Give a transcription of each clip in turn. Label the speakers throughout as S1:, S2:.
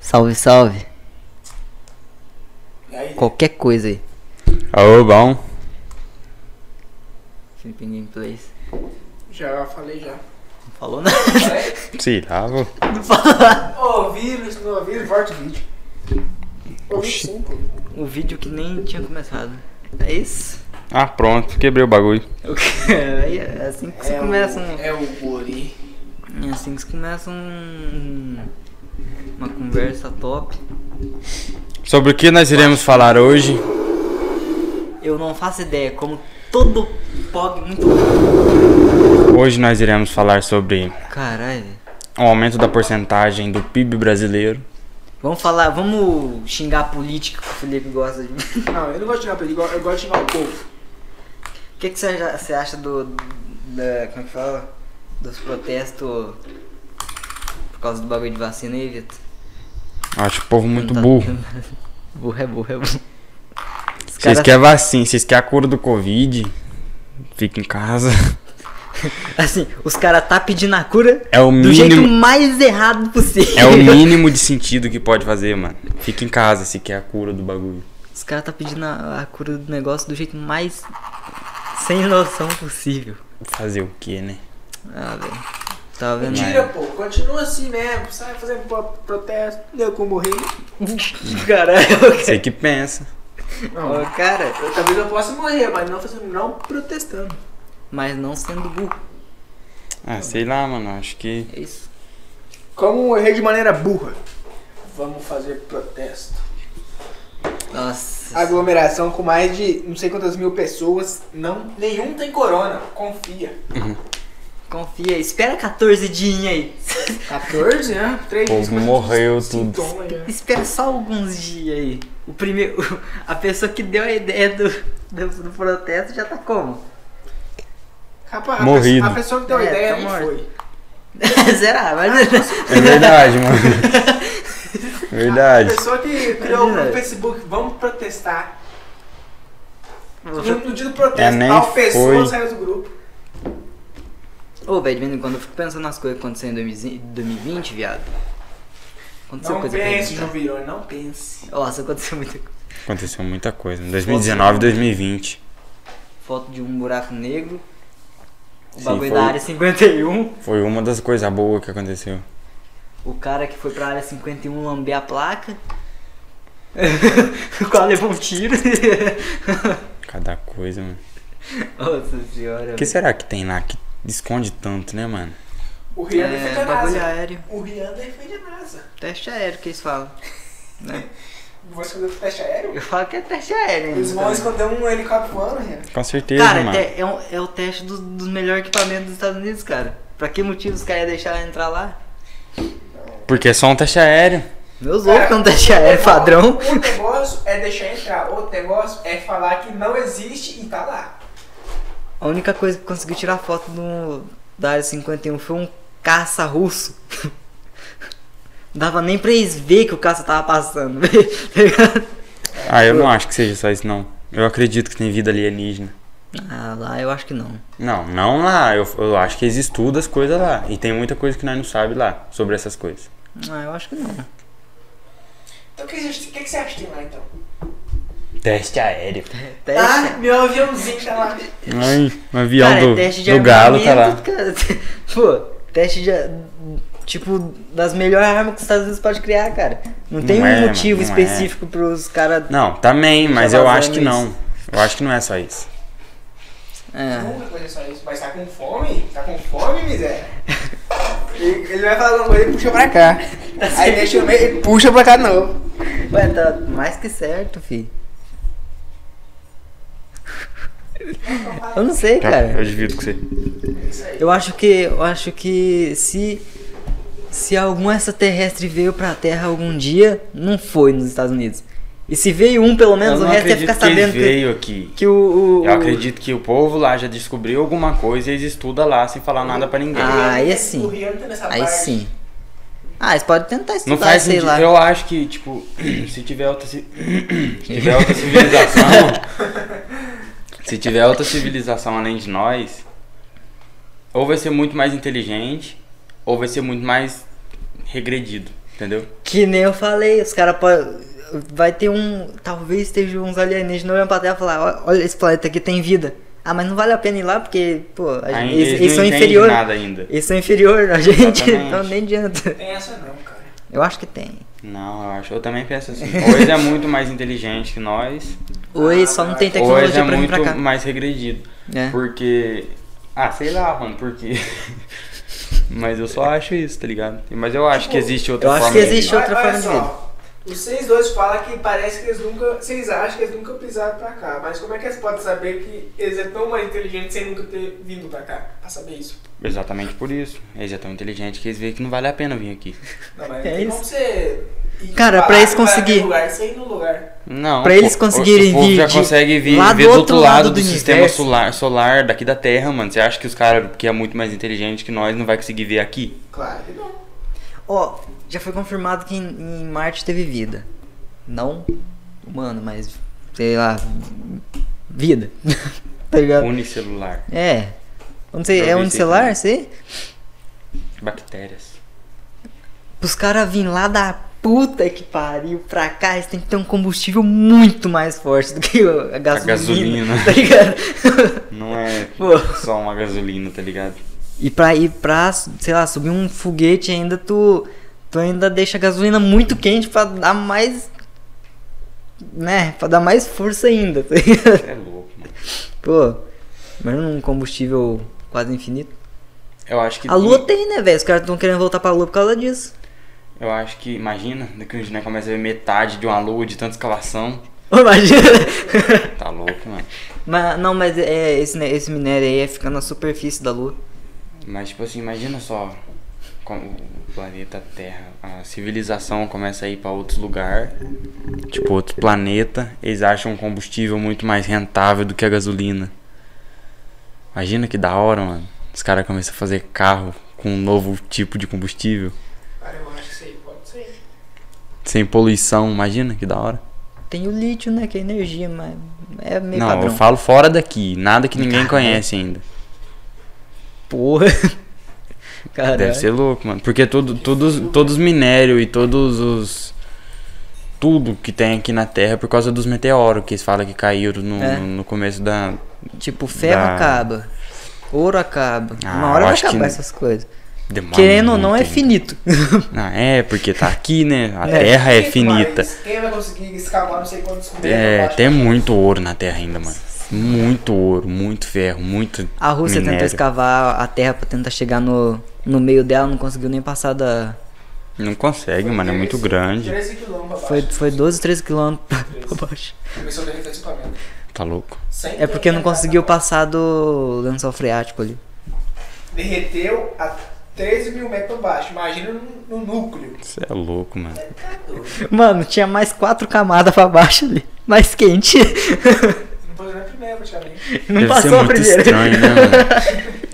S1: Salve, salve.
S2: E aí,
S1: Qualquer coisa aí.
S3: Aô, bom.
S1: Flipping Gameplays.
S2: já falei já.
S1: Não falou nada.
S3: Sei lá, vô.
S1: Não falou nada.
S2: Ô, vírus, não vírus, volta o vídeo. Ô,
S3: Oxi.
S2: sim, pô.
S1: O vídeo que nem tinha começado. É isso.
S3: Ah, pronto, quebrei o bagulho.
S1: O que- aí É assim que se
S2: É
S1: começa
S2: o,
S1: um.
S2: é o guri.
S1: É assim que se começa um. Uma conversa top.
S3: Sobre o que nós iremos falar hoje?
S1: Eu não faço ideia como todo POG muito.
S3: Hoje nós iremos falar sobre
S1: Caralho. velho.
S3: o aumento da porcentagem do PIB brasileiro.
S1: Vamos falar, vamos xingar a política que o Felipe gosta de. O
S2: Não, eu não gosto de xingar pra ele, eu go- eu gosto de xingar o povo.
S1: que, que você, acha, você acha do. Da, como é que fala? Dos protestos por causa do bagulho de vacina aí, Vitor?
S3: Acho o povo
S1: Não
S3: muito
S1: tá-
S3: burro.
S1: burro é burro, é burro. Os
S3: Vocês
S1: caras-
S3: querem vacina, vocês querem a cura do Covid? Fica em casa.
S1: Assim, os caras tá pedindo a cura
S3: É o
S1: do
S3: mínimo-
S1: jeito mais errado possível.
S3: É o mínimo de sentido que pode fazer, mano. Fica em casa se quer a cura do bagulho.
S1: Os caras tá pedindo a, a cura do negócio do jeito mais sem noção possível.
S3: Fazer o que, né?
S1: Ah, velho.
S2: É
S1: Tava vendo.
S2: Mentira, pô. Continua assim mesmo. Sai fazendo pro- protesto. Deu com morrer.
S1: Caralho.
S3: Você que pensa.
S2: Não,
S1: Ô, cara,
S2: eu- talvez eu possa morrer, mas não fazendo, não protestando.
S1: mas não sendo burro.
S3: Ah, sei lá, mano. Acho que.
S1: É isso.
S2: Como morrer de maneira burra. Vamos fazer protesto.
S1: Nossa.
S2: Aglomeração com mais de não sei quantas mil pessoas. Não, nenhum tem corona. Confia.
S1: Confia, espera 14 dias aí.
S2: 14, né? 3
S3: O povo morreu tudo.
S1: espera só alguns dias aí. O primeiro. A pessoa que deu a ideia do, do, do protesto já tá como?
S2: Rapaz, a
S3: Morrido.
S2: pessoa- A pessoa que deu a
S1: É,
S2: ideia
S1: tá
S2: nem
S1: morto.
S2: foi.
S1: Será? Mas.
S3: É verdade, mano. Verdade.
S2: A pessoa que criou
S1: Verdade.
S2: no Facebook, vamos protestar. No,
S1: Ô,
S2: no dia do
S3: É,
S2: protesto,
S3: nem
S2: tal pessoa
S3: foi.
S2: saiu do grupo.
S1: velho, de vez em quando eu fico pensando nas coisas que aconteceram em 2020, 2020, viado. Aconteceu
S2: Não
S1: é coisa pra
S2: pense,
S1: gente,
S2: João Virone, não pense.
S1: Nossa, aconteceu muita coisa.
S3: Aconteceu muita coisa. em 2019, 2020.
S1: Foto de um buraco negro. O
S3: Sim,
S1: bagulho
S3: foi.
S1: da área 51.
S3: Foi uma das coisas boas que aconteceu.
S1: O cara que foi pra área 51 lamber a placa. O qual levou um tiro.
S3: Cada coisa, mano.
S1: Nossa senhora.
S3: O que é será que tem lá que esconde tanto, né, mano?
S2: O Rian
S1: velho.
S2: defende
S1: É,
S2: a
S1: bagulho
S2: NASA.
S1: aéreo.
S2: O Rian defende a NASA.
S1: Teste aéreo que eles falam. né?
S2: Vou esconder o teste aéreo?
S1: Eu falo que é então. teste aéreo.
S2: Eles
S1: ainda
S2: vão
S1: também.
S2: esconder um helicóptero voando, Rian.
S3: Com certeza,
S1: Cara,
S3: mano.
S1: é, te- é um- é o teste dos dos melhores equipamentos dos Estados Unidos, cara. Pra que motivo os caras iam deixar ela entrar lá?
S3: Porque é só um teste aéreo.
S1: Meus loucos é um teste aéreo padrão.
S2: Um negócio é deixar entrar, outro negócio é falar que não existe e tá lá.
S1: A única coisa que conseguiu tirar foto do, da área 51 foi um caça russo. Não dava nem pra eles ver que o caça tava passando. tá ligado?
S3: Ah, eu não acho que seja só isso, não. Eu acredito que tem vida alienígena.
S1: ah, lá eu acho que não.
S3: Não, não lá. Eu, eu acho que eles estudam as coisas lá. E tem muita coisa que nós não sabemos lá sobre essas coisas.
S1: Ah, eu acho que não.
S2: Então o que, existe- o que que você acha que tem lá então?
S3: Teste aéreo.
S1: Teste.
S2: meu aviãozinho tá lá.
S3: Ai, um avião
S1: cara,
S3: do,
S1: é teste de
S3: do galo tá lá.
S1: armamento, cara. Pô, teste de. Tipo, das melhores armas que os Estados Unidos pode criar, cara. Não tem
S3: Não
S1: um
S3: é,
S1: motivo
S3: mano, não é.
S1: específico pros caras.
S3: Não, também, mas
S1: Já
S3: eu
S1: vazando
S3: acho que
S1: isso.
S3: não. Eu acho que não é só isso.
S1: É.
S2: Nunca coisa só isso. Mas tá com fome? Tá com fome, miséria? ele, ele vai falar uma coisa e puxa pra cá. Aí deixa eu meio e puxa pra cá de novo.
S1: Ué, tá mais que certo, fi. Eu não sei,
S3: Tá
S1: cara.
S3: divido com você.
S1: Eu acho que. Eu acho que se. Se algum extraterrestre veio pra Terra algum dia, não foi nos Estados Unidos. E se veio um, pelo menos,
S3: eu
S1: o
S3: não
S1: resto ia
S3: acredito
S1: ficar
S3: que eles
S1: sabendo que,
S3: veio aqui.
S1: que o, o-
S3: Eu acredito que o povo lá já descobriu alguma coisa e eles estudam lá sem falar nada pra ninguém.
S1: Ah, aí
S2: O
S1: sim.
S2: Rian tá nessa
S1: Aí
S2: parte.
S1: sim. Ah, eles podem tentar
S3: não
S1: estudar,
S3: faz
S1: sei
S3: sentido.
S1: lá.
S3: Eu acho que, tipo, se tiver outra, ci- se tiver outra civilização. se tiver outra civilização além de nós, ou vai ser muito mais inteligente, ou vai ser muito mais regredido. Entendeu?
S1: Que nem eu falei, os caras podem. Vai ter um. Talvez esteja uns alienígenas olhando pra terra e falar: "Ó, olha, esse planeta aqui tem vida. Ah, mas não vale a pena ir lá porque, pô, a gente-
S3: Ainda
S1: eles,
S3: eles
S1: eles
S3: não
S1: são
S3: entendem
S1: inferiores.
S3: nada ainda.
S1: Eles são inferiores a gente,
S3: Exatamente.
S1: então nem adianta.
S2: Tem essa não, cara.
S1: Eu acho que tem.
S3: Não, eu acho. Eu também penso assim. Ou eles é muito mais inteligente que nós,
S1: Ou eles só não tem
S3: ou eles
S1: tecnologia
S3: é
S1: pra vir pra
S3: muito
S1: cá.
S3: mais regredido.
S1: É.
S3: Porque. Ah, sei lá, mano, porque. Mas eu só acho isso, tá ligado? Mas eu acho que existe outra
S1: eu acho
S3: forma.
S1: que
S3: de
S1: existe
S3: vida.
S1: outra
S2: Olha- olha
S1: forma de
S2: só, Os seis dois falam que parece que eles nunca. Vocês acham que eles nunca pisaram pra cá. Mas como é que eles podem saber que eles é tão mais inteligentes sem nunca ter vindo pra cá? Pra saber isso.
S3: Exatamente por isso. Eles é tão inteligente que eles veem que não vale a pena vir aqui.
S2: Não, mas
S1: É
S2: não tem
S1: isso.
S2: como você. ir
S1: Cara,
S2: falar
S1: pra eles
S2: que vai naquele
S1: conseguir-
S2: Lugar, sem ir no lugar.
S3: Não.
S1: Pra
S3: pô,
S1: eles conseguirem
S3: o povo
S1: vir
S3: já
S1: de-
S3: consegue vir,
S1: lá
S3: ver
S1: do
S3: do
S1: outro
S3: outro lado,
S1: lado do
S3: do, sistema
S1: universo.
S3: solar, solar daqui da Terra, mano. Você acha que os caras que é muito mais inteligente que nós não vai conseguir ver aqui?
S2: Claro que não.
S1: Ó, já foi confirmado que em, em Marte teve vida. Não humano, mas sei lá. Vida. tá
S3: Um-
S1: ligado?
S3: Unicelular.
S1: É. Eu Não sei,
S3: Eu
S1: é
S3: vi
S1: unicelular,
S3: isso
S1: sei?
S3: Bactérias.
S1: Os caras virem lá da puta que pariu pra cá, eles têm que ter um combustível muito mais forte do que o- a gasolina.
S3: gasolina.
S1: Tá ligado?
S3: Não é
S1: Pô.
S3: só uma gasolina, tá ligado?
S1: E pra ir pra, sei lá, subir um foguete ainda, tu, tu ainda deixa a gasolina muito quente pra dar mais. Né? Pra dar mais força ainda. tá ligado?
S3: Você é louco, mano.
S1: Pô, mas um combustível quase infinito.
S3: Eu acho que.
S1: A lua tem, né, velho? Os caras tão querendo voltar pra lua por causa disso.
S3: Eu acho que. Imagina, daqui a gente né, começa a ver metade de uma lua de tanta escavação.
S1: Ô, Imagina!
S3: Tá louco, mano.
S1: mas, não, mas é, esse, né, esse minério aí é ficar na superfície da lua.
S3: Mas, tipo assim, imagina só. Como o planeta Terra, a civilização começa a ir pra outros lugares, tipo outro planeta, eles acham um combustível muito mais rentável do que a gasolina. Imagina que da hora, mano. Os caras começam a fazer carro com um novo tipo de combustível,
S2: Cara, eu acho que isso aí pode ser.
S3: sem poluição, imagina que da hora.
S1: Tem o lítio, né? Que é energia, mas é meio
S3: Não,
S1: padrão.
S3: eu falo fora daqui, nada que ninguém conhece ainda.
S1: Porra! Caralho.
S3: Deve ser louco, mano. Porque tudo, todos, todos os minérios e todos os. Tudo que tem aqui na Terra é por causa dos meteoros que eles falam que caíram no,
S1: É.
S3: no começo da.
S1: Tipo, ferro
S3: Da-
S1: acaba, ouro acaba.
S3: Ah,
S1: Uma hora
S3: eu
S1: vai
S3: acho que
S1: acabar
S3: não.
S1: essas coisas.
S3: Demora
S1: Querendo ou
S3: muito
S1: não, é
S3: ainda.
S1: finito.
S3: Ah, é, porque tá aqui, né? A
S1: É.
S3: Terra é
S2: Quem
S3: finita.
S2: mais? Quem vai conseguir escavar não sei quantos metros?
S3: É,
S2: abaixo?
S3: tem muito ouro na Terra ainda, mano. Muito ouro, muito ferro, muito.
S1: A Rússia
S3: minério.
S1: tentou escavar a terra pra tentar chegar no, no meio dela, não conseguiu nem passar da.
S3: Não consegue, mano, é muito
S2: 13
S3: grande.
S2: 13 quilômetros
S1: Foi,
S2: abaixo.
S1: foi 12, 13 quilômetros pra, pra baixo.
S2: Começou a derreter esse equipamento.
S3: Tá louco.
S2: Sem
S1: É porque não
S2: tentar,
S1: conseguiu
S2: tá?
S1: passar do lençol freático ali.
S2: derreteu a 13 mil metros pra baixo. Imagina no, no núcleo.
S3: Você é louco, mano.
S2: Tá doido.
S1: Mano, tinha mais quatro camadas pra baixo ali. Mais quente.
S2: Não pode nem a primeira, praticamente.
S1: Não
S3: Deve ser
S1: passou a
S3: muito
S1: primeira.
S3: estranho, né, mano?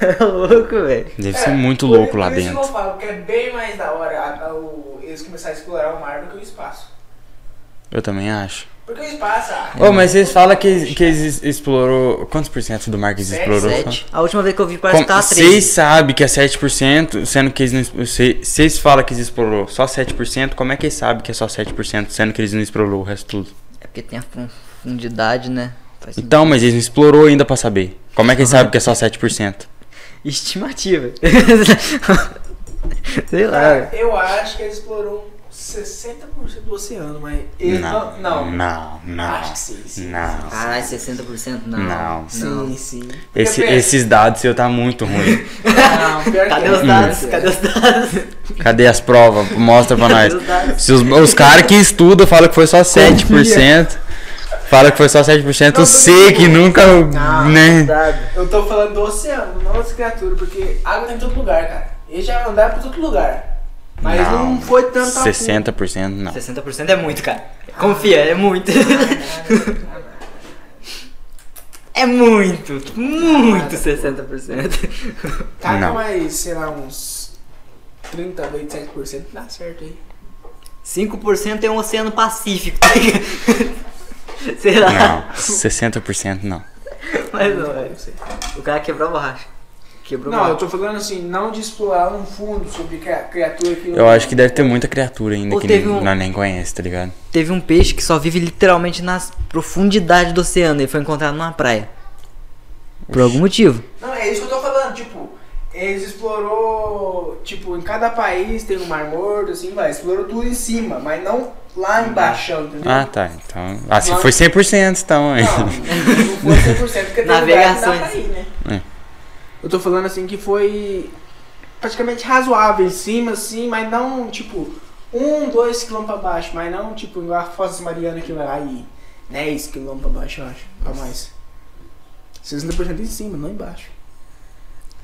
S1: É louco, velho.
S3: Deve
S2: É,
S3: ser muito
S2: por-
S3: louco lá
S2: por isso
S3: dentro.
S2: que eu falo que é bem mais da hora a- a- o- eles começarem a explorar o mar do que o espaço.
S3: Eu também acho.
S2: Porque o espaço. ah,
S3: Ô, mas vocês falam que, que eles explorou. Quantos por cento do mar que eles
S2: Sete,
S3: explorou?
S1: Sete. A última vez que eu vi parece
S3: Como-
S1: que tava
S3: Vocês
S1: 3.
S3: sabem que é 7%, sendo que eles não. exp- vocês- Vocês falam que eles explorou só 7%, como é que eles sabem que é só 7%, sendo que eles não explorou o resto tudo?
S1: É porque tem a profundidade, né? Faz
S3: Então, mas eles não explorou ainda pra saber. Como é que eles sabem que é só 7%?
S1: Estimativa.
S3: É.
S1: Sei lá.
S2: cara, eu acho que eles exploraram 60% do oceano, mas. eles
S3: Não.
S2: não.
S3: Não, não.
S2: Acho que sim, sim.
S3: Não.
S1: Caralho, 60% não.
S3: Não.
S1: Ah, não.
S2: Sim, sim.
S3: Esse-
S2: Porque,
S3: esses dados seu tá muito ruim.
S2: Não, pior que
S1: Cadê
S2: é.
S1: os
S3: Hum.
S1: dados? Cadê os dados?
S3: Cadê as provas? Mostra pra nós.
S1: Cadê os dados?
S3: Se os os caras que estudam falam que foi só 7%, falam que foi só 7%,
S2: Não,
S3: o C
S2: tô-
S3: que nunca, né?
S2: Ah, Eu tô falando do oceano, não das criaturas, porque água tem em todo lugar, cara. Eles já mandaram pra todo lugar. Mas não, foi tanto a fundo.
S3: 60% não.
S1: 60% é muito, cara. Confia, é muito. É muito, muito 60%.
S2: Caga
S3: Não.
S2: mais, sei lá, uns 30, 27% dá certo aí.
S1: 5% é um oceano pacífico. tá ligado? Sei lá.
S3: Não, 60% não.
S1: Mas não,
S2: Não
S1: velho.
S2: sei.
S1: O cara quebrou a borracha. Quebrou
S2: Não, eu
S1: muito.
S2: tô falando assim, não de explorar um fundo sobre cria- criatura que não.
S3: Eu acho que deve ter muita criatura ainda
S1: Ou
S3: que
S1: teve
S3: nem-
S1: um-
S3: nós nem conhece, tá ligado?
S1: Teve um peixe que só vive literalmente nas profundidades do oceano. Ele foi encontrado numa praia. Por algum motivo.
S2: Não, é isso que eu tô falando, tipo, eles explorou, tipo, em cada país tem um mar morto, assim, vai, explorou tudo em cima, mas não lá embaixo, entendeu?
S3: Uhum. Ah, tá. Então. Ah, se
S2: Não.
S3: foi 100%, então, hein?
S2: Não, não é foi 100%, porque tem
S1: Navegação
S2: lugar que dá pra ir, né?
S3: É.
S2: Eu tô falando assim que foi praticamente razoável em cima, assim, mas não, tipo, um, dois quilômetros pra baixo, mas não, tipo, igual a Foz de Mariana que vai aí, 10 quilômetros pra baixo, eu acho, pra mais. 60% em cima, não embaixo.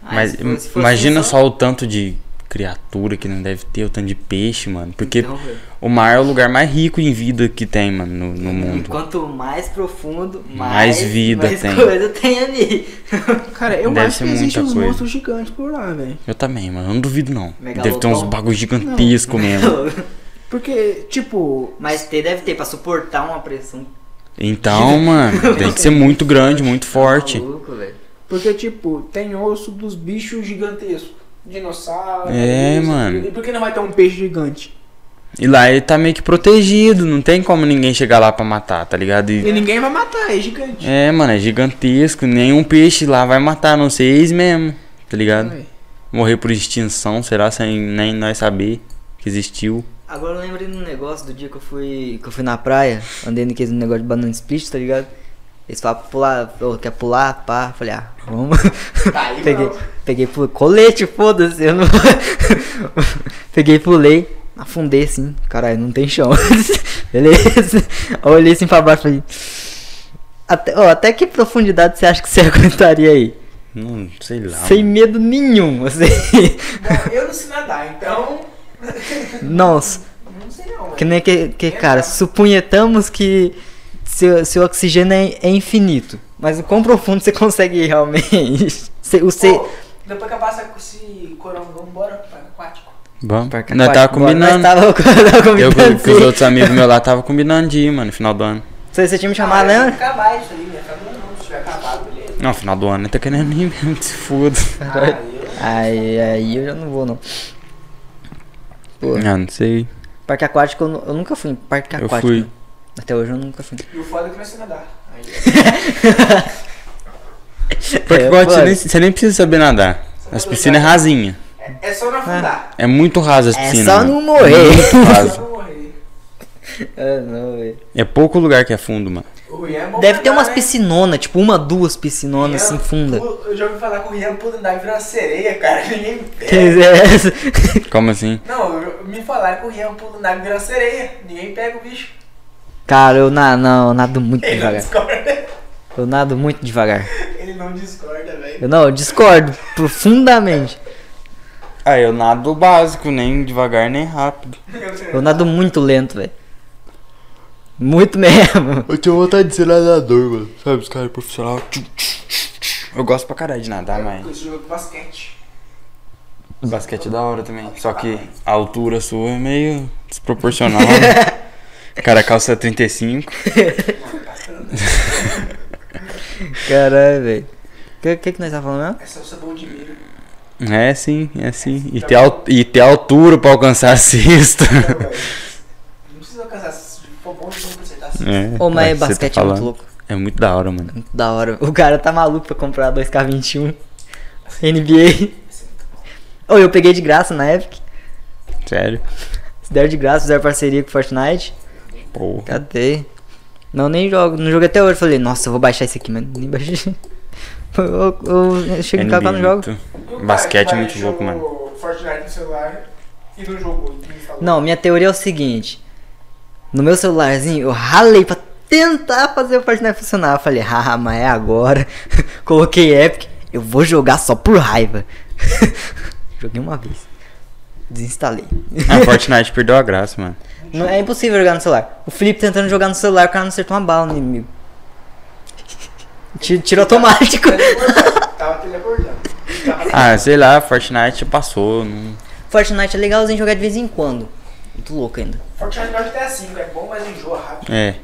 S1: Ah,
S3: Mas
S1: se fosse- se fosse
S3: imagina
S1: um
S3: só o tanto de criatura que não deve ter, o tanto de peixe, mano. Porque
S1: Então, velho,
S3: o mar é o lugar mais rico em vida que tem, mano, no, no
S1: e
S3: mundo.
S1: quanto mais profundo, mais,
S3: Mais vida
S1: mais
S3: tem.
S1: coisa tem ali.
S2: Cara, eu
S3: Deve
S2: acho
S3: ser
S2: que existe
S3: muita
S2: uns
S3: coisa.
S2: monstros gigantes por lá, velho.
S3: Eu também, mano. Eu não duvido, não. Deve ter
S1: Megalodon.
S3: uns bagulho gigantesco mesmo.
S2: Porque, tipo,
S1: Mas ter deve ter pra suportar uma pressão.
S3: Então, mano, tem que ser muito grande, muito forte.
S1: Maluco, velho.
S2: porque, tipo, tem osso dos bichos gigantescos. Dinossauro.
S3: É,
S2: isso,
S3: mano.
S2: aquilo. E por que não vai ter um peixe gigante?
S3: E lá ele tá meio que protegido, não tem como ninguém chegar lá pra matar, tá ligado? E-
S2: E ninguém vai matar, é gigante.
S3: É, mano, é gigantesco. Nenhum peixe lá vai matar, a não ser eles mesmo, tá ligado?
S2: Ué.
S3: Morrer por extinção, será? Sem nem nós saber que existiu.
S1: Agora eu lembrei de um negócio do dia que eu fui. que eu fui na praia, andei naquele negócio de banana split, tá ligado? Eles falaram pular, ô, quer pular, pá. Eu Falei, ah, vamos.
S2: Tá, aí
S1: peguei,
S2: não.
S1: peguei pulei. Colete, foda-se, eu não. peguei, pulei, afundei assim. Caralho, não tem chão. Beleza. Aí Olhei assim pra baixo e falei. Até, ó, até que profundidade você acha que você aguentaria aí?
S3: Não sei
S2: Tá,
S3: lá.
S1: Sem medo nenhum, assim.
S2: Bom, eu não sei nadar, então.
S1: Nossa.
S2: Não sei não, né?
S1: Que
S2: velho.
S1: nem que, que, cara, supunhetamos que seu, seu oxigênio é, é infinito. Mas o quão profundo você consegue ir realmente? Você, o seu-
S2: Pô, Depois que eu passo com esse corongão, bora pra aquático.
S3: Vamos,
S1: Parque
S3: nós tava
S1: aquático, bora.
S3: combinando.
S1: Nós tava, tava combinando.
S3: Eu com, com os
S1: sim.
S3: outros amigos meus lá tava combinando de ir, mano, no final do ano.
S1: Você, você tinha me chamado,
S2: Ah, eu vou
S1: né?
S2: acabar isso aí, né? Acabou não, se tiver acabado, beleza.
S3: Não, final do ano, não tá querendo ir mesmo, que se foda.
S2: Ah,
S1: Aí, aí eu já não vou, não. Pô,
S3: Ah, não sei.
S1: parque aquático, eu, nu- eu nunca fui em parque
S3: Eu
S1: aquático.
S3: fui.
S1: né? Até hoje eu nunca fui.
S2: eu- E o foda é que não sei nadar. Aí,
S3: Porque
S1: É,
S3: agora você
S1: mano.
S3: nem, você nem precisa saber nadar. As piscinas é rasinha.
S2: é, é só
S1: Ah.
S2: não afundar.
S3: É muito rasa as
S1: É
S3: piscinas.
S1: só
S3: mano.
S1: não morrer.
S3: Muito
S2: É
S3: rasa.
S2: só não morrer.
S1: Ah, não, velho.
S3: É pouco lugar que é fundo, mano.
S2: O Rian é bom
S1: Deve
S2: pra
S1: ter
S2: nadar,
S1: umas
S2: né?
S1: piscinonas, tipo uma, duas piscinonas assim,
S2: Rian
S1: funda.
S2: pula- Eu já ouvi falar que o Rian pula andar e vira uma sereia, cara. Ninguém me pega.
S1: Quer dizer,
S3: Como assim?
S2: Não, eu- me falaram que o Rian pula andar e vira uma sereia. Ninguém pega o bicho.
S1: Cara, eu, na, não, eu nado muito
S2: Ele não
S1: devagar.
S2: discorda.
S1: Eu nado muito devagar.
S2: Ele não discorda, velho.
S1: Eu não, eu discordo profundamente.
S3: Ah, eu nado básico, nem devagar, nem rápido.
S1: Eu nado muito lento, velho. Muito mesmo.
S3: Eu tenho vontade de ser nadador, mano. Sabe, os caras profissionais. Eu gosto pra caralho de nadar, mas.
S2: Esse jogo de basquete.
S3: Basquete é da hora também. Só que a altura sua é meio desproporcional. né? O cara calça é 35.
S1: Caralho, velho. O que, que, que nós tá falando mesmo?
S2: É só sabão de milho.
S3: É sim, é sim. E ter, al- e ter altura pra alcançar a cesta.
S2: Não, velho. então, é Não precisa alcançar. Se for bom, não precisa
S3: É,
S1: Ô,
S3: cara,
S1: mas
S3: que você tá
S1: basquete é muito
S3: falando.
S1: louco.
S3: É muito da hora, mano.
S1: Muito da hora. O cara tá maluco pra comprar 2K21. NBA. Ô, eu peguei de graça na Epic.
S3: Sério.
S1: Se der de graça, fizeram parceria com Fortnite.
S3: Porra.
S1: Cadê? Não, nem jogo. Não jogo até hoje. Falei, nossa, eu vou baixar esse aqui, mas nem baixei. Eu, eu- eu chego em casa
S3: NBA
S1: no jogo.
S3: muito- Basquete é muito louco, mano.
S2: Fortnite no celular e no jogo. e instalou.
S1: Não, minha teoria é o seguinte. No meu celularzinho, eu ralei pra tentar fazer o Fortnite funcionar. Eu falei, haha, mas é agora. Coloquei Epic, eu vou jogar só por raiva. Joguei uma vez. Desinstalei.
S3: Ah, Fortnite perdeu a graça, mano.
S1: Não, é impossível jogar no celular. O Felipe tentando jogar no celular, o cara não acertou uma bala no inimigo. Tiro, tiro automático.
S2: Teleportando. Tava teleportando. Tava
S3: Ah, sei lá, Fortnite passou. Não...
S1: Fortnite é legalzinho jogar de vez em quando. Muito louco ainda.
S2: Fortnite gosta até assim, é bom, mas enjoa rápido.
S3: É.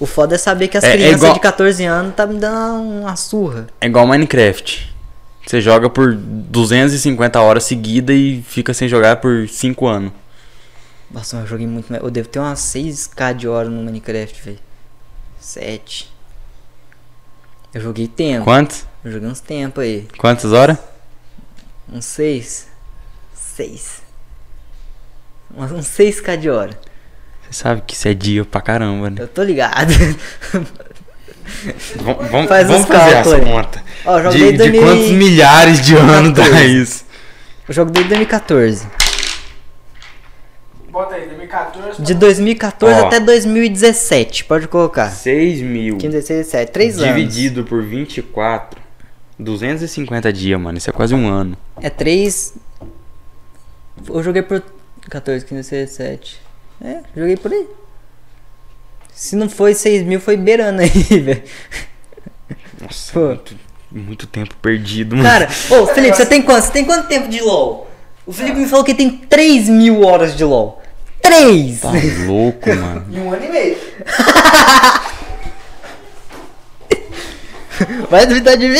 S1: O foda é saber que as
S3: É- é
S1: crianças
S3: igual-
S1: de 14 anos tá me dando uma surra.
S3: É igual Minecraft. Você joga por 250 horas seguida e fica sem jogar por 5 anos.
S1: Nossa, mas eu joguei muito. Eu devo ter umas 6k de hora no Minecraft, velho. 7. Eu joguei tempo.
S3: Quantos?
S1: Eu joguei uns tempo aí.
S3: Quantas horas?
S1: Uns 6. 6. Uns uns 6k de hora.
S3: Você sabe que isso é dia pra caramba, né?
S1: Eu tô ligado.
S3: Vom- vom-
S1: Faz
S3: vamos
S1: os
S3: fazer
S1: cálculos
S3: essa
S1: aí.
S3: conta.
S1: Ó, eu joguei
S3: De, de
S1: 2000
S3: quantos milhares de anos dá isso?
S1: Eu jogo desde 2014.
S2: Bota aí, 2014.
S1: De 2014
S3: Ó.
S1: até 2017, pode colocar.
S3: 6 mil
S1: 15, 16, 17. 3 anos.
S3: dividido por 24, 250 dias, mano. Isso é quase um ano.
S1: É 3. Eu joguei por 14, 15, 16, 17. É, joguei por aí. Se não foi 6 mil, foi beirando aí, velho.
S3: Nossa,
S1: Pô.
S3: muito, muito tempo perdido, mano.
S1: Cara, ô Felipe, você tem quanto? Você tem quanto tempo de LOL? O Felipe me falou que tem 3 mil horas de LOL. 3!
S3: Tá louco, mano.
S2: Em um ano e meio.
S1: Vai duvidar de mim?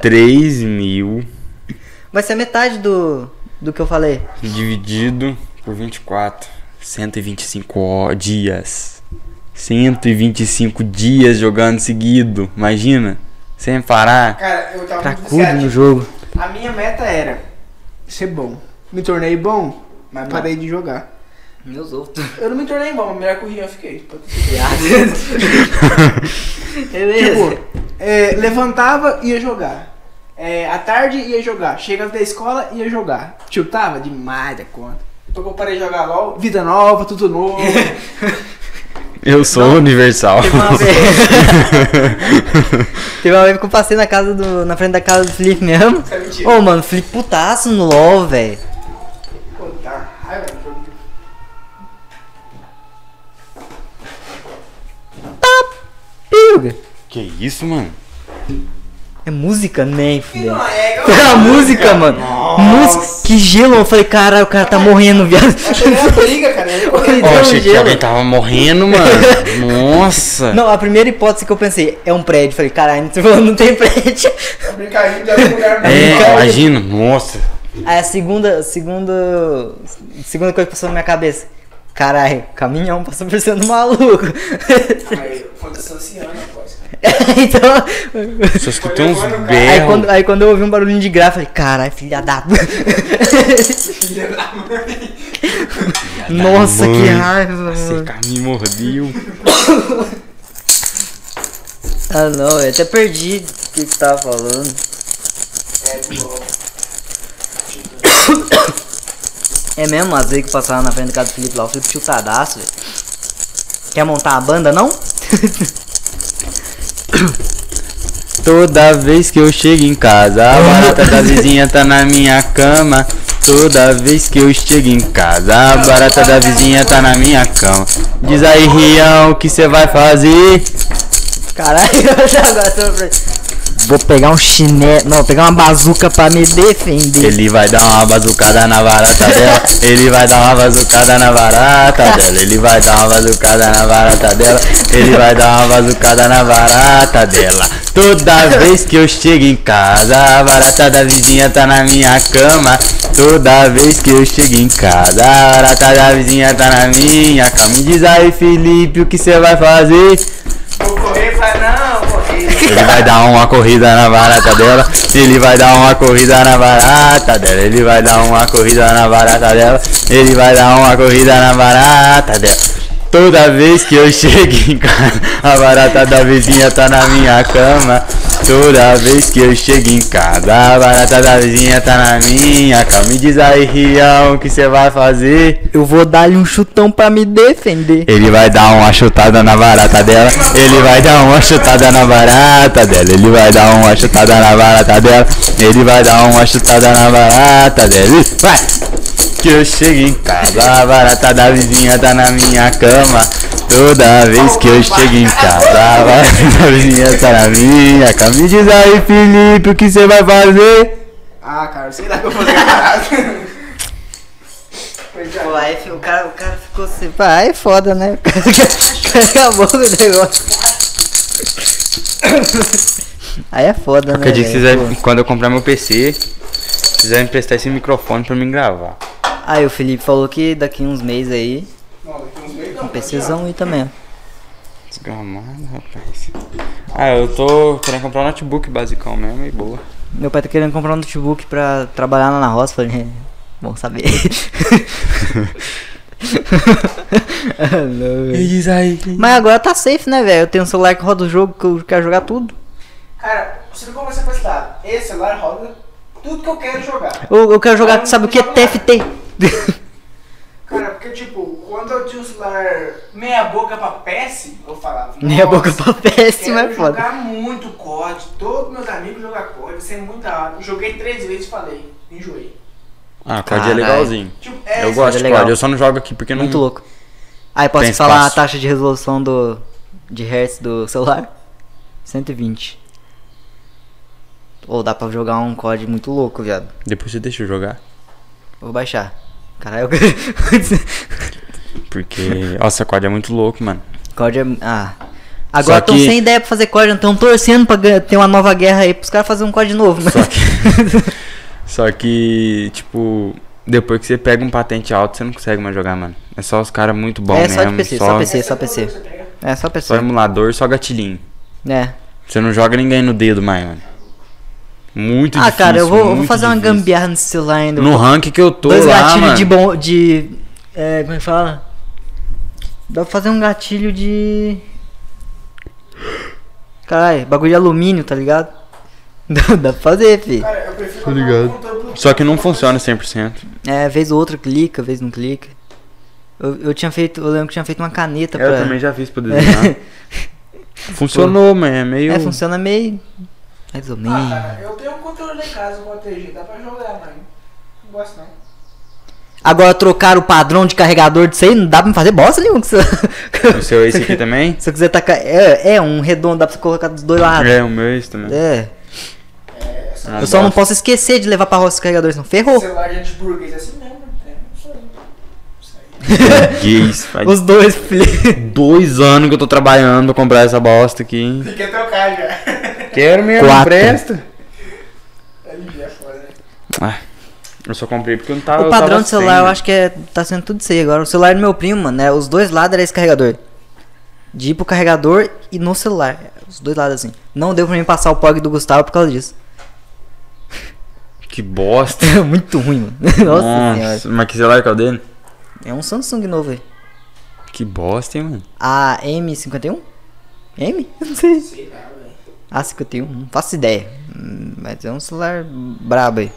S3: 3 mil
S1: Vai ser metade do, do que eu falei.
S3: dividido por 24, 125 ho- dias. 125 dias jogando seguido, imagina. Sem parar.
S2: Cara, eu tava muito
S1: Cracudo Tá no
S2: viciado.
S1: jogo.
S2: A minha meta era ser bom. Me tornei bom, mas parei de jogar.
S1: Meus outros.
S2: Eu não me tornei bom, mas melhor que o Rian eu fiquei.
S1: Beleza.
S2: Tipo, é, levantava, ia jogar. É, à tarde ia jogar. Chegava da escola, ia jogar. Tiltava demais da conta. Depois que eu parei de jogar LOL, vida nova, tudo novo.
S3: Eu sou universal.
S1: Teve uma vez. Teve uma vez que eu passei na casa do. na frente da casa do Felipe mesmo.
S2: é mentira.
S1: Ô, mano, o Felipe putaço no LOL, velho.
S2: Pô, tá raiva do jogo.
S1: Piuga.
S3: Que isso, mano?
S1: É música, nem, filho.
S2: é, eu-
S1: É a música, mano. Música. Que gelo. Eu falei, caralho, o cara tá morrendo, viado.
S2: Achei uma briga, cara. Eu-
S1: Ele
S3: Ó,
S1: deu um
S3: achei que
S1: gelo.
S3: alguém tava morrendo, mano. Nossa.
S1: Não, a primeira hipótese que eu pensei é um prédio. Falei, caralho, você falou, não tem prédio.
S2: Brincadeira de algum lugar.
S3: É, imagina, nossa.
S1: Aí a segunda, segunda, segunda coisa que passou na minha cabeça. Caralho, caminhão passou por cima do maluco.
S2: Aí, foi distanciando após.
S1: então,
S3: Só escutei uns
S2: Foi levando, cara.
S1: Aí quando,
S3: berros.
S1: aí quando eu ouvi um barulhinho de grava, eu falei, caralho, filha da.
S2: Filha da mãe.
S1: Nossa, que
S3: mãe.
S1: raiva,
S3: Esse
S1: mano.
S3: cara me mordeu.
S1: Ah não, eu até perdi o que que tava falando.
S2: É, bom.
S1: É mesmo, às vezes que eu passava na frente da casa do Felipe lá, o Felipe chutadaço, velho. Quer montar a banda, não?
S3: Toda vez que eu chego em casa, a barata da vizinha tá na minha cama. Toda vez que eu chego em casa, a barata da vizinha tá na minha cama. Diz aí, Rião, o que você vai fazer?
S1: Caralho, agora tô... pra- Vou pegar um chinelo, não, pegar uma bazuca pra me defender.
S3: Ele vai dar uma bazucada na barata dela. Ele vai dar uma bazucada na barata dela. Ele vai dar uma bazucada na barata dela. Ele vai dar uma bazucada na barata dela. Toda vez que eu chego em casa, a barata da vizinha tá na minha cama. Toda vez que eu chego em casa, a barata da vizinha tá na minha cama. Me diz aí, Felipe, o que você vai fazer?
S2: Vou correr pra não, correr.
S3: Ele vai dar uma corrida na barata dela. Ele vai dar uma corrida na barata dela. Ele vai dar uma corrida na barata dela. Ele vai dar uma corrida na barata dela. Toda vez que eu chego em casa, a barata da vizinha tá na minha cama. Toda vez que eu chego em casa, a barata da vizinha tá na minha cama. Me diz aí, Rião, o que você vai fazer?
S1: Eu vou dar-lhe um chutão pra me defender.
S3: Ele vai dar uma chutada na barata dela. Ele vai dar uma chutada na barata dela. Ele vai dar uma chutada na barata dela. Ele vai dar uma chutada na barata dela. Ih, Vai! Que eu chego em casa, a barata da vizinha tá na minha cama. Toda vez que eu chego em casa, a barata da vizinha tá na minha cama. Me diz aí, Felipe, o que você vai fazer?
S2: Ah, cara, sei lá o que eu vou fazer errado. Pois é.
S1: Aí fi- o cara, o cara ficou assim, pá, aí é foda, né? O cara acabou com o negócio. Aí é foda, né?
S3: Qualquer dia que
S1: velho?
S3: quiser, quando eu comprar meu PC, quiser me emprestar esse microfone pra mim gravar.
S1: Aí o Felipe falou que daqui uns meses aí,
S2: Não, daqui uns meses
S1: um PCzão aí também.
S3: Desgramado, rapaz. Ah, eu tô querendo comprar um notebook basicão mesmo e boa.
S1: Meu pai tá querendo comprar um notebook pra trabalhar lá na roça, falei, "É, bom saber. Ah, não, velho.
S3: diz aí.
S1: Mas agora tá safe, né, velho? Eu tenho um celular que roda o jogo, que eu quero jogar tudo.
S2: Cara, você não começa a pensar, esse celular roda tudo que eu quero jogar.
S1: Eu, eu quero jogar, sabe o que? TFT.
S2: Cara, porque tipo, quando eu tinha o celular meia boca pra PS, eu falava.
S1: Meia
S2: "Nossa,
S1: boca pra péssima
S2: quero
S1: é foda.
S2: jogar muito COD, todos meus amigos jogam COD, isso é muito da hora. Joguei três vezes e falei, enjoei.
S3: Ah, COD é
S1: Caralho.
S3: legalzinho.
S2: Tipo, é
S3: eu
S2: esse-
S3: gosto
S1: né? é
S3: de
S1: legal.
S3: COD, eu só não jogo aqui porque não.
S1: Muito louco. Aí posso
S3: Tem
S1: falar
S3: espaço.
S1: a taxa de resolução do de hertz do celular? 120. Ou dá pra jogar um código muito louco, viado.
S3: Depois você deixa eu jogar.
S1: Vou baixar. Caralho,
S3: Porque. Nossa, COD é muito louco, mano.
S1: COD é... Ah. Agora
S3: Só
S1: estão
S3: que-
S1: sem ideia pra fazer COD, estão torcendo pra ganhar- ter uma nova guerra aí pros caras fazerem um COD novo. Mas...
S3: Só que. só que, tipo. Depois que você pega um patente alto, você não consegue mais jogar, mano. É só os caras muito bons
S1: É
S3: mesmo.
S1: só de PC, só PC.
S2: Esse é o
S1: PC.
S2: que você pega.
S1: É só PC.
S3: só emulador, só gatilhinho.
S1: É.
S3: Você não joga ninguém no dedo mais, mano. Muito
S1: Ah,
S3: difícil.
S1: cara, eu vou, eu vou
S3: muito
S1: fazer uma
S3: difícil.
S1: gambiarra nesse celular ainda.
S3: No rank que eu tô
S1: Dois
S3: lá,
S1: gatilhos
S3: mano.
S1: de bom. de. É, como é que fala? Dá pra fazer um gatilho de. Caralho, bagulho de alumínio, tá ligado? Dá, dá pra fazer, fi.
S2: Cara, eu prefiro comprar um controle Bluetooth.
S3: Só que não funciona 100%.
S1: É, vez ou outra clica, vez não clica. Eu, eu tinha feito. Eu lembro que tinha feito uma caneta pra.
S3: já fiz pra
S1: desenhar.
S3: Funcionou, mas é meio...
S1: É, funciona meio. Mais ou menos.
S2: Ah, cara, eu tenho um controle lá em casa com a TG, dá pra jogar, mas não gosto não.
S1: Agora trocar o padrão de carregador disso aí, não dá pra fazer bosta nenhuma. que você-
S3: O seu é esse aqui também?
S1: Se eu quiser tacar. É, é um redondo, dá pra você colocar dos dois lados.
S3: É, o meu é esse também.
S1: É.
S2: É, só
S3: Ah,
S1: Eu só não
S3: bosta.
S1: posso esquecer de levar pra roça os carregadores, não. Ferrou.
S2: celular de antiburguês é assim mesmo, não tem, não sei. Não sei.
S3: Gays, faz
S1: Os dois, filho.
S3: dois anos que eu tô trabalhando pra comprar essa bosta aqui.
S2: Tem que trocar já.
S3: Quero mesmo,
S1: Quatro.
S3: presta.
S2: Aí já é foda, né?
S3: Eu só comprei porque eu não tava...
S1: O
S3: Ah, eu
S1: padrão
S3: tava
S1: do celular,
S3: sem,
S1: eu
S3: né?
S1: acho que é, tá sendo tudo isso aí agora. O celular do meu primo, mano, né? Os dois lados era esse carregador. De ir pro carregador e no celular. Os dois lados assim. Não deu pra mim passar o POG do Gustavo por causa disso.
S3: Que bosta.
S1: É muito ruim, mano. Nossa, senhora.
S3: mas que celular que é o dele?
S1: É um Samsung novo aí.
S3: Que bosta, hein, mano.
S1: A M51? M? Não sei.
S2: Sei lá, velho.
S1: A51, não faço ideia. Hum, Mas é um celular brabo aí.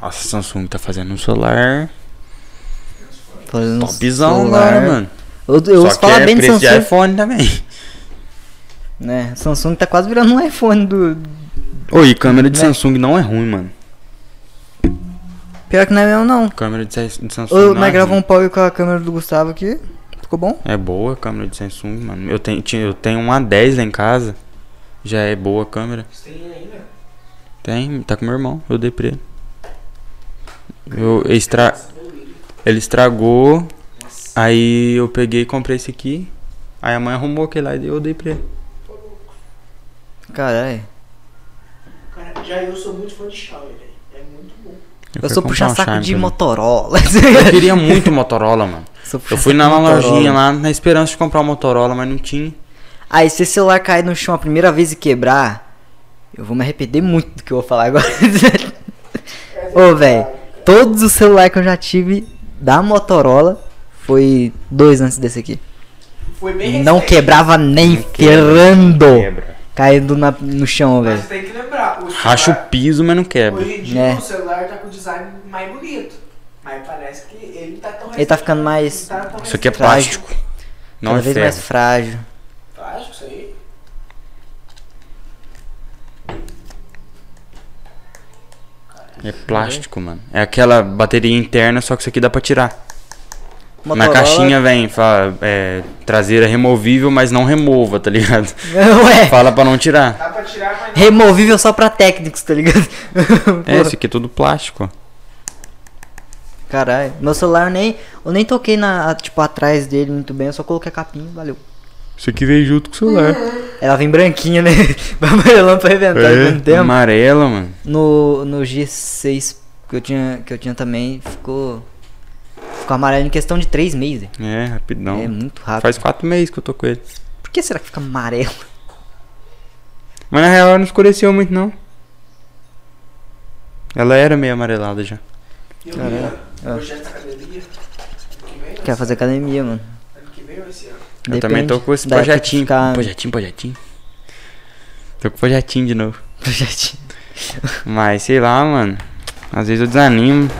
S3: Nossa, a Samsung tá fazendo um celular
S1: Fazendo um
S3: topzão
S1: celular-
S3: lá, Tá mano.
S1: Eu, eu
S3: Só
S1: ouço
S3: que
S1: falar
S3: é
S1: bem de
S3: preço de
S1: Samsung.
S3: iPhone também.
S1: né? Samsung tá quase virando um iPhone do.
S3: Oi, câmera de
S1: Né?
S3: Samsung não é ruim, mano.
S1: Pior que não é mesmo, não.
S3: Câmera de, Sa- de Samsung
S1: Ô,
S3: não é
S1: nós gravamos
S3: ruim.
S1: um pau com a câmera do Gustavo aqui. Ficou bom?
S3: É boa a câmera de Samsung, mano. Eu tenho, tinha- eu tenho uma 10 lá em casa. Já é boa a câmera.
S2: Você tem ainda?
S3: Tem, tá com meu irmão. Eu dei pra ele. Eu estra... Ele estragou. Aí eu peguei e comprei esse aqui. Aí a mãe arrumou aquele lá e eu dei pra ele.
S1: Caralho.
S2: Cara, já eu sou muito fã de Xiaomi, velho. É muito bom.
S1: Eu,
S3: quero
S1: sou
S3: comprar
S1: puxar
S3: um
S1: saco
S3: Xiaomi
S1: de
S3: pra mim.
S1: Motorola.
S3: Eu queria muito Motorola, mano.
S1: Sou puxa
S3: Eu fui
S1: saco
S3: na
S1: de Motorola.
S3: lojinha lá na esperança de comprar o Motorola, mas não tinha.
S1: Aí, se esse celular cair no chão a primeira vez e quebrar, eu vou me arrepender muito do que eu vou falar agora.
S2: É
S1: Ô, velho, todos os celulares que eu já tive da Motorola foi dois antes desse aqui.
S2: Foi bem
S1: Não
S2: recente.
S1: quebrava nem ferrando. Caindo na- no chão,
S2: Mas
S1: velho.
S2: você tem que lembrar. O
S3: Racha
S2: celular-
S3: o piso, mas não quebra.
S2: Hoje em dia
S1: Né.
S2: o celular tá com o design mais bonito. Mas parece que ele tá tão
S1: Ele tá ficando mais-
S2: Não tá tão
S3: Isso aqui é
S1: Trágico.
S3: plástico. Não
S1: Cada
S3: é
S1: vez
S3: ferro.
S1: mais frágil.
S2: Plástico isso aí.
S3: É plástico, mano. É aquela bateria interna, só que isso aqui dá pra tirar.
S1: Motorola-
S3: Na caixinha vem, fala, é, traseira removível, mas não remova, tá ligado?
S1: Ué,
S3: Fala pra não tirar.
S2: Dá pra tirar, mas não.
S1: removível só pra técnicos, tá ligado?
S3: É, isso aqui é tudo plástico.
S1: Caralho, meu celular eu nem, eu nem toquei na, tipo, atrás dele muito bem, eu só coloquei a capinha, valeu.
S3: Isso aqui veio junto com o celular.
S1: Ela vem branquinha, né? Vai amarelando pra
S3: É,
S1: então arrebentar ao mesmo É, tá tempo.
S3: Amarela, mano.
S1: No, no G6 que eu, tinha, que eu tinha também, ficou. Ficou amarelo em questão de 3 meses.
S3: É, rapidão.
S1: É muito rápido.
S3: Faz quatro meses que eu tô com ele.
S1: Por que será que fica amarelo?
S3: Mas na real ela não escureceu muito, não. Ela era meio amarelada já.
S2: E o
S1: Caralho.
S2: Ian?
S1: Ah.
S2: Hoje é na academia. Ano que vem vai
S1: Quer fazer academia, mano.
S2: ser- Ano que vem vai ser.
S3: Eu também tô com esse
S1: Dá pra
S3: projetinho.
S1: ficar-
S3: Projetinho, projetinho. Tô com projetinho de novo.
S1: Projetinho.
S3: Mas sei lá, mano. Às vezes eu desanimo.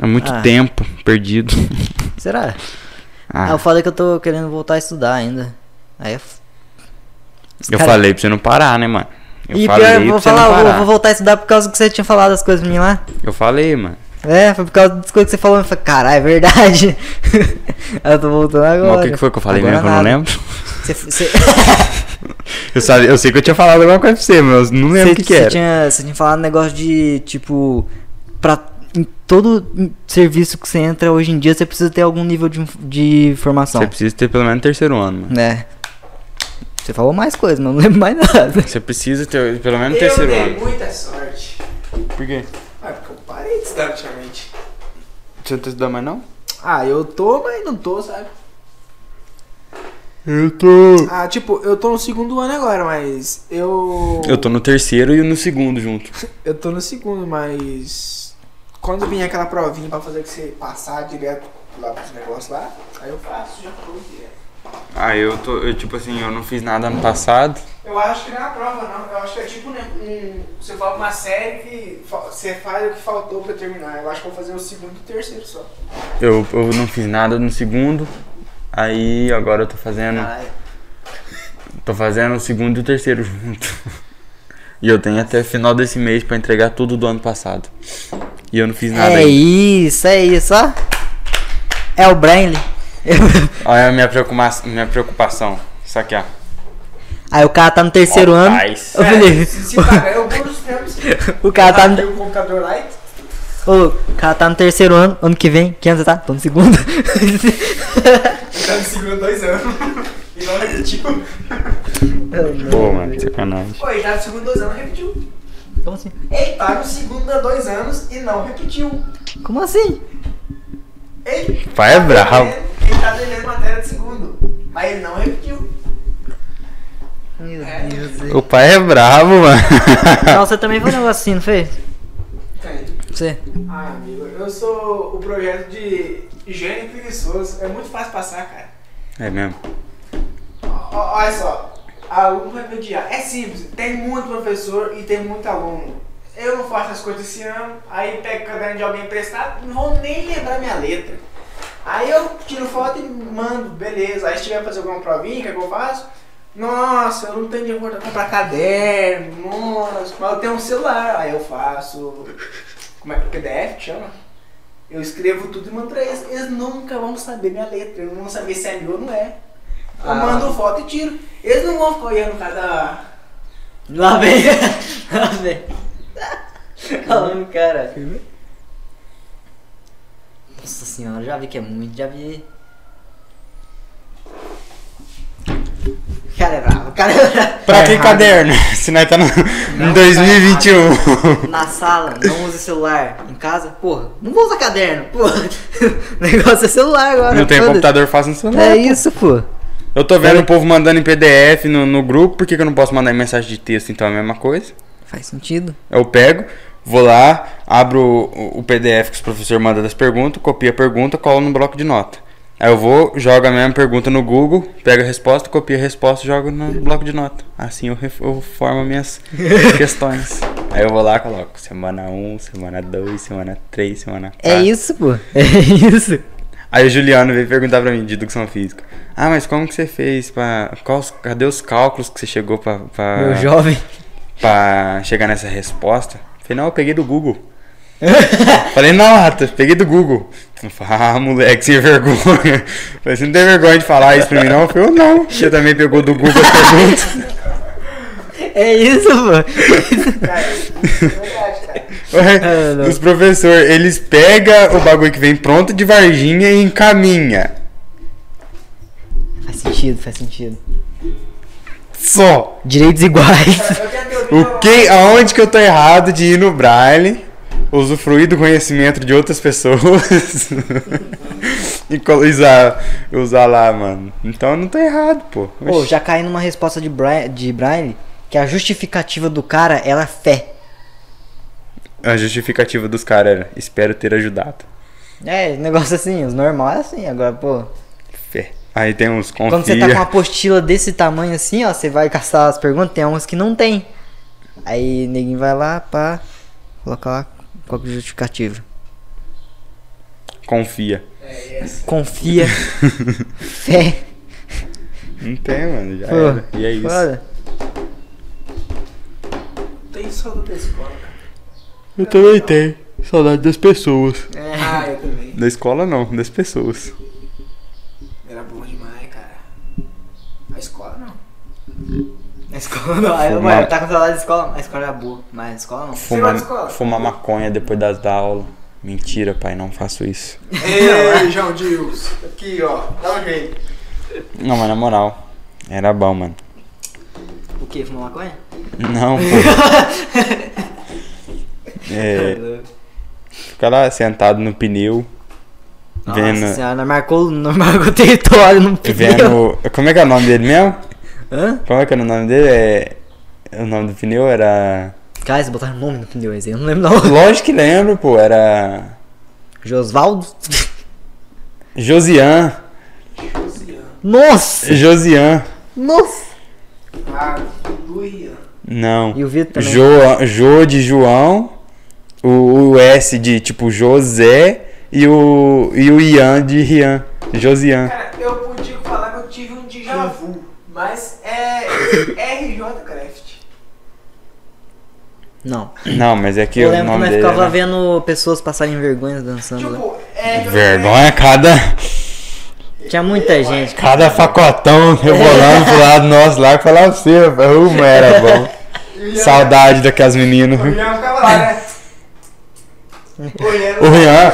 S3: É muito
S1: Ah.
S3: tempo perdido.
S1: Será? Ah,
S3: Ah,
S1: o foda é que eu tô querendo voltar a estudar ainda. Aí é f-
S3: eu
S1: cara-
S3: falei pra você não parar, né, mano? Eu
S1: e
S3: falei
S1: pior, eu vou
S3: pra você não
S1: falar, eu
S3: parar.
S1: vou voltar a estudar por causa que você tinha falado as coisas pra mim lá.
S3: Eu falei, mano.
S1: É, foi por causa das coisas que você falou. Eu falei, caralho, é verdade. Aí eu tô voltando
S3: Mas
S1: agora.
S3: o que, que foi que eu falei
S1: Agora
S3: mesmo que eu não
S1: nada.
S3: lembro?
S1: Você, você,
S3: Eu, sabia, eu sei que eu tinha falado alguma coisa pra você, mas eu não lembro
S1: você,
S3: o que, que
S1: você
S3: era.
S1: tinha, você tinha falado um negócio de, tipo, pra em todo em- serviço que você entra hoje em dia, você precisa ter algum nível de, inf- de formação.
S3: Você precisa ter pelo menos terceiro ano, mano.
S1: É. Você falou mais coisas, mas eu não lembro mais nada.
S3: Você precisa ter pelo menos
S2: Eu
S3: terceiro
S2: dei
S3: ano.
S2: muita sorte.
S3: Por quê?
S2: Ah, porque eu parei de estudar ultimamente.
S3: Você não estudar mais não?
S2: Ah, eu tô, mas não tô, sabe?
S3: Eu tô.
S2: Ah, tipo, eu tô no segundo ano agora, mas eu.
S3: Eu tô no terceiro e no segundo junto.
S2: Eu tô no segundo, mas. Quando vinha aquela provinha pra fazer que você passar direto lá pros negócios lá, aí eu faço já tô direto.
S3: Ah, eu tô. Eu, tipo assim, eu não fiz nada ano passado.
S2: Eu acho que não é a prova, não. Eu acho que é tipo né, um. Você fala uma série que fa- você faz o que faltou pra terminar. Eu acho que eu vou fazer o segundo e o terceiro só.
S3: Eu, eu não fiz nada no segundo. Aí agora eu tô fazendo.
S1: Caralho.
S3: Tô fazendo o segundo e o terceiro junto. E eu tenho até final desse mês pra entregar tudo do ano passado. E eu não fiz nada
S1: É
S3: ainda.
S1: isso, é isso, ó. É o Brainly.
S3: Olha a minha, preocupa minha preocupação. Isso aqui, ó.
S1: Aí o cara tá no terceiro ano.
S3: Rapaz.
S1: Ô, Felipe,
S2: se, se pagar, eu vou nos tempos.
S1: o cara É tá no.
S2: o computador lá e.
S1: Ô, o cara tá no terceiro ano, ano que vem, que ano você tá? Tô no segundo.
S2: Tá no segundo dois anos. E não repetiu.
S3: Pô, mano, sacanagem.
S2: Pô, ele tá no segundo dois anos repetiu.
S1: Como assim?
S2: Ele tá no segundo há dois anos e não repetiu.
S1: Como assim?
S2: Ele tá
S3: Pai é bravo.
S2: Ele tá devendo matéria de segundo. Mas ele não repetiu.
S1: Meu
S2: É.
S1: Deus do céu.
S3: O pai é bravo, mano.
S1: Não, você também foi um negócio assim, não fez? Você?
S2: Ah, amigo, eu sou o projeto de gênio preguiçoso. É muito fácil passar, cara.
S3: É mesmo.
S2: Ó, ó, Olha só. Aluno vai mediar. É simples. Tem muito professor e tem muito aluno. Eu não faço as coisas esse ano. Aí pego o caderno de alguém emprestado. Não vou nem lembrar minha letra. Aí eu tiro foto e mando. Beleza. Aí se tiver que fazer alguma provinha, o que, é que eu faço? Nossa, eu não tenho dinheiro pra comprar caderno. Nossa, mas eu tenho um celular. Aí eu faço. Como é que PDF que chama? Eu escrevo tudo e mando pra eles. Eles nunca vão saber minha letra. Eles não vão saber se é meu ou não é. Eu
S1: Ah.
S2: mando foto e tiro. Eles não vão ficar olhando cada.
S1: Lá vem. Lá vem. Calando, cara. Nossa senhora, já vi que é muito, já vi. O cara é bravo, o cara é bravo.
S3: Pra que
S2: errado.
S3: caderno? Se nós tá no, em 2021.
S1: Na sala, não use celular. Em casa, porra, não vou usar caderno, porra. O negócio é celular agora.
S3: Não tem
S1: foda-se.
S3: computador, faça no celular.
S1: É
S3: pô.
S1: isso, pô.
S3: Eu tô vendo o povo mandando em PDF no, no grupo, por que, que eu não posso mandar em mensagem de texto então? É a mesma coisa.
S1: Faz sentido.
S3: Eu pego, vou lá, abro o, o PDF que os professores mandam das perguntas, copio a pergunta, colo no bloco de nota. Aí eu vou, jogo a mesma pergunta no Google, pego a resposta, copio a resposta e jogo no bloco de nota. Assim eu, ref- eu formo minhas questões. Aí eu vou lá, coloco semana 1, semana 2, semana 3, semana 4.
S1: É isso, pô. É isso.
S3: Aí o Juliano veio perguntar pra mim de educação física. Ah, mas como que você fez pra. Quais, cadê os cálculos que você chegou pra, pra,
S1: Meu jovem.
S3: pra chegar nessa resposta? Falei, não, eu peguei do Google. Falei, não, Rata, peguei do Google. Ele falou, Ah, moleque, sem vergonha. Falei, você não tem vergonha de falar isso pra mim, não? Eu falei, eu não. Você também pegou do Google as perguntas.
S1: É isso, pô.
S2: Cara, isso é verdade, cara.
S3: Ué,
S1: É, não.
S3: os professores, eles pegam o bagulho que vem pronto de Varginha e encaminha.
S1: faz sentido, faz sentido.
S3: Só.
S1: Direitos iguais.
S2: Eu quero ter
S3: O que, aonde que eu tô errado de ir no Braille, usufruir do conhecimento de outras pessoas e colo- usar, usar lá, mano. Então eu não tô errado, pô.
S1: Pô, já caí numa resposta de Braille, de Braille que a justificativa do cara era fé.
S3: A justificativa dos caras era, espero ter ajudado.
S1: É, negócio assim, os normal é assim. Agora, pô,
S3: Fé. Aí tem uns confia.
S1: Quando você tá com uma apostila desse tamanho assim, ó, você vai caçar as perguntas, tem algumas que não tem. Aí ninguém vai lá pra colocar lá qual que é o justificativo.
S3: Confia.
S2: É, essa.
S1: Confia. fé.
S3: Não tem, mano. Já
S1: Pô,
S3: era. E é isso.
S1: foda.
S2: Tem saudade da escola, cara.
S3: Eu também tenho. Saudade das pessoas.
S2: Ah, eu também.
S3: Da escola não, das pessoas.
S2: Era bom demais, cara. A escola não.
S1: A escola não. Aí,
S3: Fumar.
S1: mano, tá com saudade da escola? A escola era boa, mas a escola não.
S2: Fumar-
S3: Fumar,
S2: da escola?
S3: maconha depois das da aula. Mentira, pai, não faço isso.
S2: Ei, É, João Dias. Aqui, ó. Dá um jeito.
S3: Não, mas na moral, era bom, mano.
S1: O que? Fumar maconha?
S3: Não, pô. é, ficar lá sentado no pneu,
S1: Nossa
S3: vendo-
S1: senhora, não marcou, não marcou território, não pediu.
S3: vendo. Como é que é o nome dele mesmo?
S1: Hã?
S3: Como é que era o nome dele? É... O nome do pneu era.
S1: Cara, vocês botaram um nome no pneu aí, eu não lembro não.
S3: Lógico que lembro, pô, era.
S1: Josvaldo?
S3: Josian.
S1: Nossa!
S3: Josian.
S1: Nossa!
S2: Ah, Luian.
S3: Não.
S1: E o Vitor também.
S3: Jo, Jo de João, o, o S de tipo José e o, e o Ian de Rian. Josian.
S2: Cara, eu podia falar que eu tive um déjà vu, mas é RJ Craft.
S1: Não.
S3: Não, mas é que
S1: eu
S3: o
S1: lembro que
S3: nome
S1: nós
S3: dele. né?
S1: ficava
S3: era-
S1: vendo pessoas passarem vergonha dançando lá.
S2: Tipo, é RJ
S3: Vergonha, cada,
S1: Tinha muita gente.
S3: cada facotão rebolando pro lado nosso lá que falava assim, uma era bom.
S2: Craft.
S3: Saudade daquelas meninas.
S2: O Ian ficava lá, né? O Ian
S3: O Rian,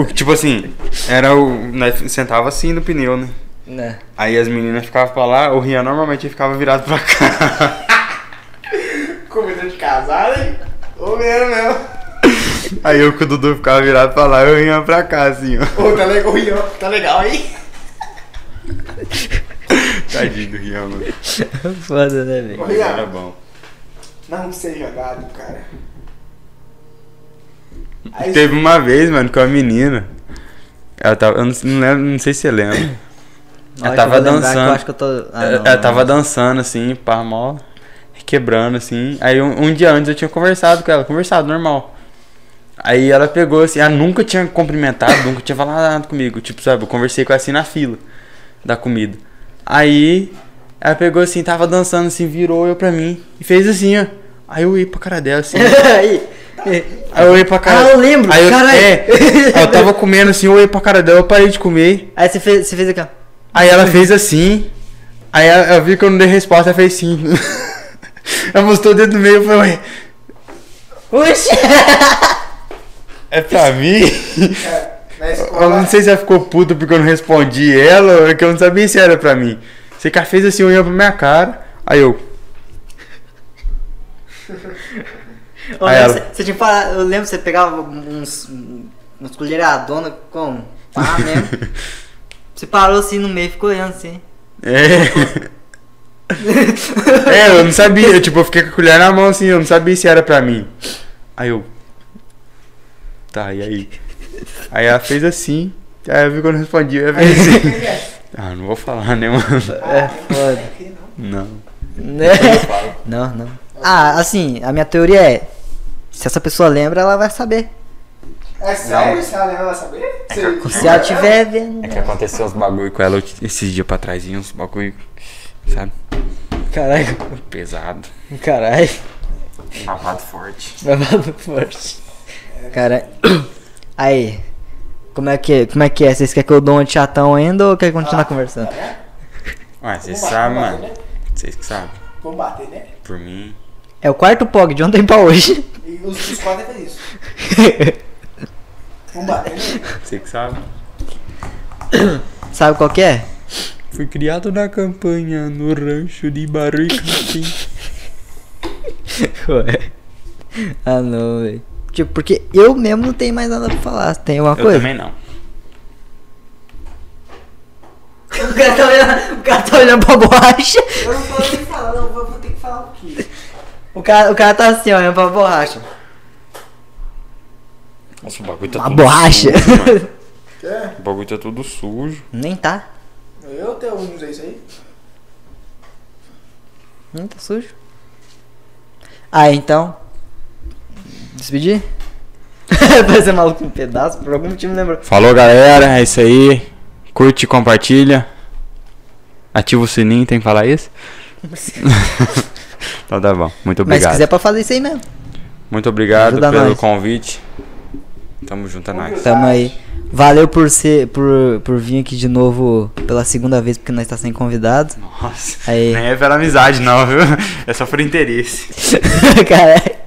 S3: o- tipo assim, era o. Nós sentava assim no pneu, né?
S1: Né?
S3: Aí as meninas ficavam pra lá, o Rian normalmente ficava virado pra cá.
S2: Comida de casado, hein? Ô, Ian, meu.
S3: Aí eu com o Dudu ficava virado pra lá, eu ia pra cá, assim, ó.
S2: Ô, tá legal, o Ian. Tá legal, hein?
S3: Tadinho do Rian, mano.
S1: Foda, né, velho?
S3: Mas era bom.
S2: Não seja dado, cara. Aí-
S3: Teve uma vez, mano, com a menina. Ela tava. Eu não, não lembro, não sei se você lembra.
S1: Na hora que
S3: Ela
S1: eu
S3: tava
S1: vou lembrar que
S3: dançando.
S1: Eu acho que eu tô... Ah, não,
S3: ela
S1: não,
S3: ela tava
S1: não.
S3: dançando, assim, pá, mó. Quebrando, assim. Aí um, um dia antes eu tinha conversado com ela, conversado normal. Aí ela pegou assim, ela nunca tinha cumprimentado, nunca tinha falado nada comigo. Tipo, sabe, eu conversei com ela assim na fila da comida. Aí ela pegou assim, tava dançando assim, virou eu pra mim e fez assim, ó. Aí eu ia pra cara dela assim.
S1: Aí.
S3: Aí eu olhei pra cara
S1: Ah, eu lembro,
S3: Aí eu,
S1: caralho.
S3: é, aí eu tava comendo assim, eu olhei pra cara dela, eu parei de comer.
S1: Aí você fez, você fez aqui, ó.
S3: Aí ela fez assim. Aí ela, eu vi que eu não dei resposta, ela fez sim. ela mostrou o dedo no meio e falou, ué,
S1: Oxi!
S3: é pra mim?
S2: É, na
S3: Eu
S2: escola.
S3: não sei se ela ficou puta porque eu não respondi ela, ou é que eu não sabia se era pra mim. Você que ela fez assim, olhando pra minha cara. Aí eu,
S1: Ô, mas
S3: Aí ela-
S1: Você, você tinha falado... Eu lembro que você pegava um, uns... Uns colheradona como? Pá, mesmo. Você parou assim no meio e ficou olhando assim.
S3: é. É, eu não sabia, eu, tipo, eu fiquei com a colher na mão assim, eu não sabia se era pra mim. Aí eu. Tá, e aí? Aí ela fez assim, aí eu vi quando eu respondi, eu fez assim.
S2: é
S3: Ah, não vou falar, né, mano?
S1: É, foda.
S3: Não.
S1: Né? Não, não. Ah, assim, a minha teoria é... Se essa pessoa lembra, ela vai saber.
S2: É sério? Se ela lembra, ela saber? Se,
S1: Se ela tiver vendo...
S3: É que aconteceu uns bagulho com ela esses dias pra trás, uns bagulho, sabe?
S1: Caralho.
S3: Pesado,
S1: Caralho.
S3: babado forte.
S1: Babado forte. Cara, aí. Como é que, como é, que é? Vocês querem que eu dou um chatão ainda ou quer continuar conversando?
S2: né?
S3: Ué, vocês
S2: Vamos
S3: sabem,
S2: bater,
S3: mano. Vocês que sabem.
S2: Vamos bater, né?
S3: Por mim.
S1: É o quarto POG de ontem pra hoje.
S2: E os, os quatro é pra isso. Vamos bater, né?
S3: Você que sabe.
S1: Sabe qual que é?
S3: Fui criado na campanha, no rancho de assim. barrica.
S1: Ué. Ah não, velho. Tipo, porque eu mesmo não tenho mais nada pra falar. Tem alguma
S3: Eu
S1: coisa?
S3: também não.
S1: O cara, tá olhando, o cara tá olhando pra borracha.
S2: Eu não vou nem falar, não, vou, vou ter que falar o quê?
S1: O cara, o cara tá assim, olhando pra borracha.
S3: Nossa, o bagulho tá
S1: Uma
S3: tudo
S1: borracha.
S3: sujo, mano.
S2: É,
S3: O bagulho tá tudo sujo.
S1: Nem tá.
S2: eu tenho uns aí, isso aí.
S1: Não tá sujo. Ah, então. Despedir? Parece maluco um pedaço, por algum motivo lembrou.
S3: Falou, galera. É isso aí. Curte, compartilha. Ativa o sininho, tem que falar isso? então tá bom.
S1: Mas
S3: Muito
S1: se
S3: obrigado.
S1: quiser pra fazer isso aí mesmo.
S3: Muito obrigado
S1: Ajuda
S3: pelo
S1: nós.
S3: convite. Tamo junto, é nóis.
S1: Tamo aí. Valeu por ser por, por vir aqui de novo pela segunda vez, porque nós tá sem convidado.
S3: Nossa.
S1: Aí.
S3: Nem é pela amizade, não, viu? É só por interesse.
S1: Caralho.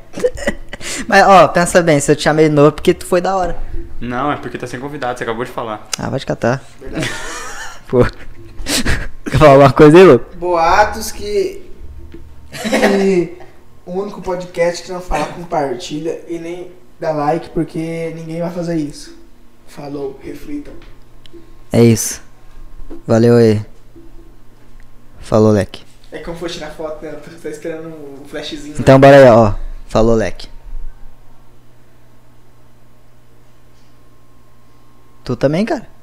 S1: Mas ó, pensa bem, se eu te chamei de novo é porque tu foi da hora.
S3: Não, é porque tá sem convidado, você acabou de falar.
S1: Ah, vai te catar.
S2: Verdade.
S1: Pô. Quer falar alguma coisa aí, louco?
S2: Boatos que. que o único podcast que não fala compartilha e nem dá like, porque ninguém vai fazer isso. Falou, reflitam.
S1: É isso. Valeu aí. Falou, leque.
S2: É que eu vou tirar foto, né? Tô, tô esperando um flashzinho.
S1: Então bora aí, ó. Falou, leque. Tu também, cara?